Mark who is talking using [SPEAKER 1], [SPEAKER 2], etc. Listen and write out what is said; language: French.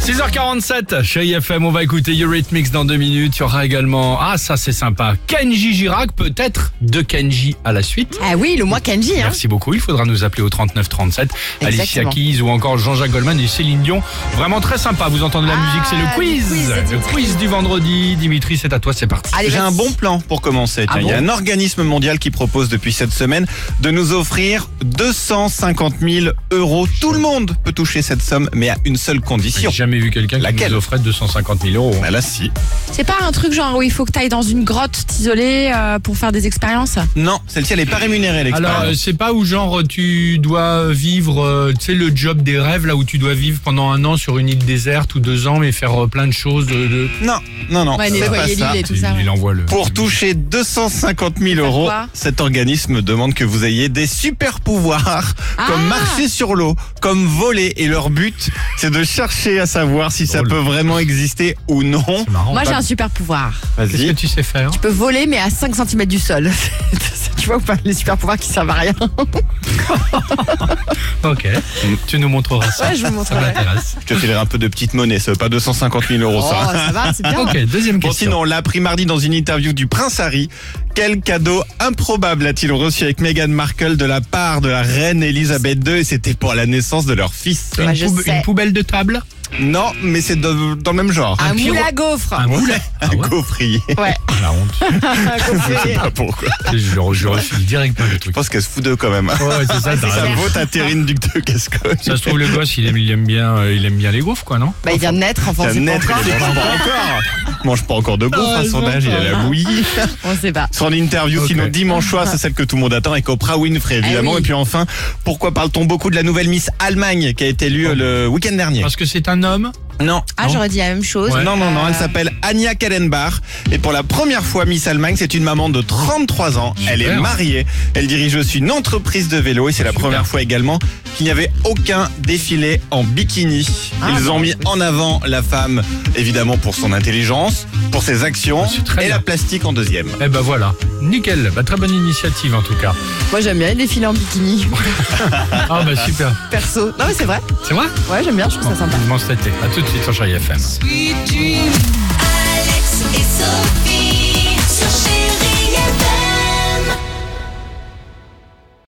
[SPEAKER 1] 7h47, chez IFM, on va écouter Eurythmics dans deux minutes. Il y aura également, ah ça c'est sympa, Kenji Girac, peut-être de Kenji à la suite.
[SPEAKER 2] Ah oui, le mois Kenji. Hein.
[SPEAKER 1] Merci beaucoup, il faudra nous appeler au 3937. Alicia
[SPEAKER 2] Exactement.
[SPEAKER 1] Keys ou encore Jean-Jacques Goldman et Céline Dion. Vraiment très sympa, vous entendez la
[SPEAKER 2] Ah,
[SPEAKER 1] musique, c'est le
[SPEAKER 2] le
[SPEAKER 1] quiz.
[SPEAKER 2] quiz,
[SPEAKER 1] le
[SPEAKER 2] Dimitri.
[SPEAKER 1] quiz du vendredi. Dimitri, c'est à toi, c'est parti.
[SPEAKER 2] Allez,
[SPEAKER 3] J'ai
[SPEAKER 2] vas-y.
[SPEAKER 3] un bon plan pour commencer.
[SPEAKER 2] Ah
[SPEAKER 3] Tiens, Il y a
[SPEAKER 2] bon
[SPEAKER 3] un organisme mondial qui propose depuis cette semaine de nous offrir 250 000 euros. Tout le monde peut toucher cette somme, mais à une seule
[SPEAKER 1] J'ai
[SPEAKER 3] condition.
[SPEAKER 1] jamais vu quelqu'un qui
[SPEAKER 3] Laquelle
[SPEAKER 1] nous offrait 250 000 euros.
[SPEAKER 3] Bah là, si.
[SPEAKER 4] C'est pas un truc genre où il faut que t'ailles dans une grotte t'isoler euh, pour faire des expériences
[SPEAKER 3] Non, celle-ci, elle n'est pas rémunérée,
[SPEAKER 1] Alors, euh,
[SPEAKER 3] l'expérience.
[SPEAKER 1] c'est pas où genre tu dois vivre, euh, tu sais, le job des rêves, là où tu dois vivre pendant un an sur une île déserte ou deux ans, mais faire euh, plein de choses. De, de-
[SPEAKER 3] Non, non, non,
[SPEAKER 4] Ouais,
[SPEAKER 3] c'est pas
[SPEAKER 4] nettoyer
[SPEAKER 3] ça.
[SPEAKER 4] l'île et tout ça. ouais.
[SPEAKER 1] envoie le.
[SPEAKER 3] Pour toucher 250 000 euros,
[SPEAKER 4] quoi
[SPEAKER 3] cet organisme demande que vous ayez des super pouvoirs,
[SPEAKER 4] Ah
[SPEAKER 3] comme marcher sur l'eau, comme voler. Et leur but, c'est de chercher à savoir si ça
[SPEAKER 1] Drôle.
[SPEAKER 3] peut vraiment exister ou non.
[SPEAKER 1] C'est marrant.
[SPEAKER 2] Moi j'ai un super pouvoir.
[SPEAKER 1] Qu'est-ce que
[SPEAKER 3] Vas-y.
[SPEAKER 1] tu sais faire
[SPEAKER 2] Je peux voler mais à 5 cm du sol. tu vois ou pas les super pouvoirs qui servent à rien.
[SPEAKER 1] Ok. tu nous montreras ça.
[SPEAKER 2] Ouais, je vous
[SPEAKER 1] Ça
[SPEAKER 2] montrerai.
[SPEAKER 1] m'intéresse.
[SPEAKER 3] Je te filerai un peu de petite monnaie, ça veut pas 250 000 euros,
[SPEAKER 2] Oh,
[SPEAKER 3] ça. hein.
[SPEAKER 2] ça va, c'est bien.
[SPEAKER 1] Ok, deuxième
[SPEAKER 3] Bon,
[SPEAKER 1] question.
[SPEAKER 3] sinon, on l'a appris mardi dans une interview du Prince Harry. Quel cadeau improbable a-t-il reçu avec Meghan Markle de la part de la reine Elisabeth II et c'était pour la naissance de leur fils
[SPEAKER 2] Moi, je
[SPEAKER 1] une, poube-
[SPEAKER 2] sais.
[SPEAKER 1] une poubelle de table
[SPEAKER 3] Non, mais c'est dans dans le même genre.
[SPEAKER 2] Un,
[SPEAKER 1] pyro-
[SPEAKER 2] moule à gaufre.
[SPEAKER 1] Un boulet Ah
[SPEAKER 3] Un
[SPEAKER 1] ouais Ah,
[SPEAKER 3] gaufrier.
[SPEAKER 2] Ouais.
[SPEAKER 1] La honte.
[SPEAKER 2] Un gaufre.
[SPEAKER 3] Je sais pas pourquoi.
[SPEAKER 1] Je, je, je refile directement le
[SPEAKER 3] Je
[SPEAKER 1] truc.
[SPEAKER 3] pense qu'elle se fout d'eux quand même.
[SPEAKER 1] Ah, Ouais, c'est ça, t'as
[SPEAKER 3] Ça
[SPEAKER 1] raison.
[SPEAKER 3] vaut ta terrine duc de Gascogne.
[SPEAKER 1] Ça se trouve, le gosse, il aime, il aime bien, euh, il aime bien les gaufres, quoi, non
[SPEAKER 2] Bah, il vient de naître, enfin, on
[SPEAKER 3] T'as
[SPEAKER 2] sait pas
[SPEAKER 3] naître,
[SPEAKER 2] encore.
[SPEAKER 3] il est pas encore. Mange pas encore de gaufres à
[SPEAKER 1] je
[SPEAKER 3] son
[SPEAKER 1] mange
[SPEAKER 3] âge, il a la bouillie.
[SPEAKER 2] On sait pas.
[SPEAKER 3] Sur l'interview,
[SPEAKER 1] Ok.
[SPEAKER 3] sinon dimanche soir, c'est celle que tout le monde attend avec Oprah Winfrey évidemment.
[SPEAKER 2] Ah oui.
[SPEAKER 3] Et puis enfin, pourquoi parle-t-on beaucoup de la nouvelle Miss Allemagne qui a été élue euh, le week-end dernier
[SPEAKER 1] Parce que c'est un homme
[SPEAKER 3] Non.
[SPEAKER 2] Ah,
[SPEAKER 1] Non.
[SPEAKER 2] j'aurais dit la même chose.
[SPEAKER 1] Ouais.
[SPEAKER 3] Non, non, non, elle
[SPEAKER 2] Euh,
[SPEAKER 3] s'appelle Anya Kallenbach. Et pour la première fois, Miss Allemagne, c'est une maman de 33 ans. Elle est
[SPEAKER 1] Super.
[SPEAKER 3] mariée. Elle dirige aussi une entreprise de vélo. Et c'est la
[SPEAKER 1] Super.
[SPEAKER 3] première fois également qu'il n'y avait aucun défilé en bikini.
[SPEAKER 2] Ah,
[SPEAKER 3] Ils ont
[SPEAKER 2] bah,
[SPEAKER 3] mis
[SPEAKER 2] oui.
[SPEAKER 3] en avant la femme, évidemment, pour son intelligence, pour ses actions.
[SPEAKER 1] C'est très
[SPEAKER 3] Et
[SPEAKER 1] bien.
[SPEAKER 3] la plastique en deuxième.
[SPEAKER 1] Eh ben voilà. Nickel. Bah, très bonne initiative, en tout cas.
[SPEAKER 2] Moi, j'aime bien les filets en bikini,
[SPEAKER 1] Ah, bah, super.
[SPEAKER 2] perso. Non, mais c'est vrai.
[SPEAKER 1] C'est moi
[SPEAKER 2] Ouais, j'aime bien, je trouve ça sympa.
[SPEAKER 1] Vivement cet été. A tout de suite sur Chérie FM.
[SPEAKER 5] Alex et Sophie.